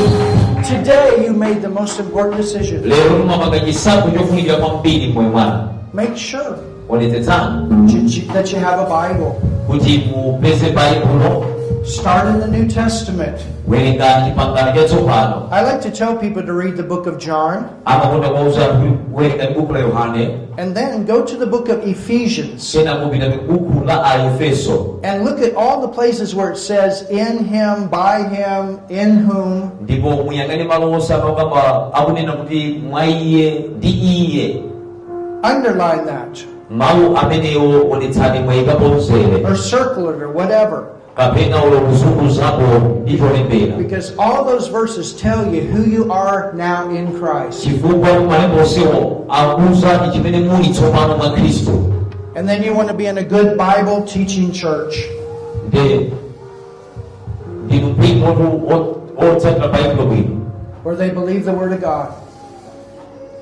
A: most important decision.
B: Lero mumamaganye essanvu ly'okuwulira kwa mubiri mmwe mwana
A: Make sure
B: olete tano
A: that you- that you have a Bible.
B: kuti mupeze bayibulu
A: Start in the New Testament.
B: weerenganga ekipangalo kyakyokano
A: I like to tell people to read the book of John
B: amabunda g'obuzaabu weerenga biguuku la yohane
A: and then go to the book of Ephesians
B: genda mu bina biguuku la aefeso
A: and look at all the places where it says in him, by him, in whom.
B: ndipo muyanga ne malonsi abagamba akunena kuti mwayiye ndi iye
A: Underline that
B: mawu amenewo onetsani mwayikapo mzere
A: or circle it or whatever
B: kapena olokuzunguzako ndivyolembera
A: because all those verses tell you who you are now in Christ.
B: chifukwa kumalemba onsewo akuuzani chimene muli tsopano mwa khristu
A: And then you want to be in a good Bible teaching church.
B: ndi ndi mpingo otsatira baibulo bwino
A: where they believe the word of God,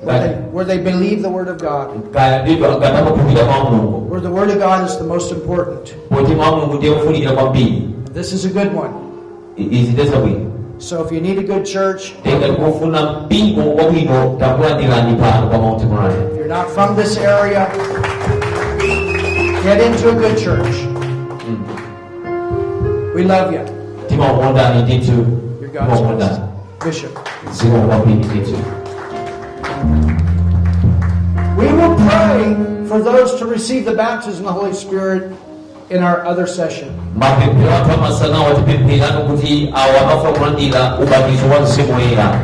A: where they,
B: Kaya-
A: where they believe the word of God,
B: kaya ndidwo angata maphunzira mwa mulungu
A: where the word of God is the most important.
B: poti mwa mulungu ndiye kufunira kwambiri
A: This is a good one.
B: I- izi ndeza bwino
A: So if you need a good church,
B: tenga tikufuna mpingo wabwino takulandirani pano kwa mount moriah
A: if you're not from this area, get into a good church. We love you,
B: timaukondani ndithu
A: your God's
B: timaukondani
A: blessed. Bishop.
B: dziko kwambiri ndithu
A: We will pray for those to receive the baptism of the Holy Spirit in our other session.
B: mapemphero athu amasanawa tipempherani kuti awa amafa kulandira ubatizo wa mzimu woyera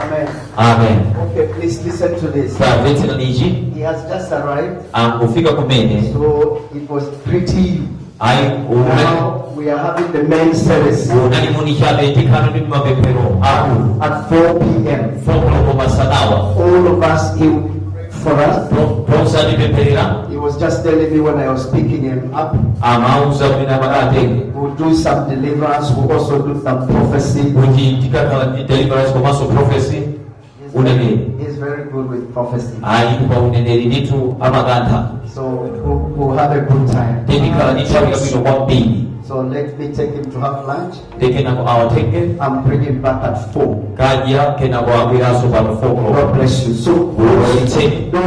D: Amen.
B: amen
D: Okay, please listen to this.
B: tamvetserani ichi
D: He has just arrived,
B: angufika kumene
D: so it was pretty.
B: ayi unali-
D: Now we are having the main service
B: unali munichabe tikhana ndi mapemphero akulu
D: at 4 p.m.
B: fokoloko masanawa
D: All of us, he, for us,
B: tonsanipempherera
D: he was just telling me when I was picking him up,
B: amauza kumene amakatenge
D: we'll do some deliverance, we'll also do some prophecy.
B: kuti tikakhala ndi deliverance komanso prophecy
D: He's
B: uneneri
D: very, he's very good with prophecy.
B: ayi kupa uneneri ndithu amakantha
D: So we'll, we'll have a good time.
B: titikhala ndi nthawi yabwino kwambiri
D: So let me take him to have lunch.
B: tekenako awatenge
D: I'm bringing back at 4.
B: kadya kenako abweranso pano
D: God
B: fokoloko
D: bless you. So,
B: Glory to you.
D: those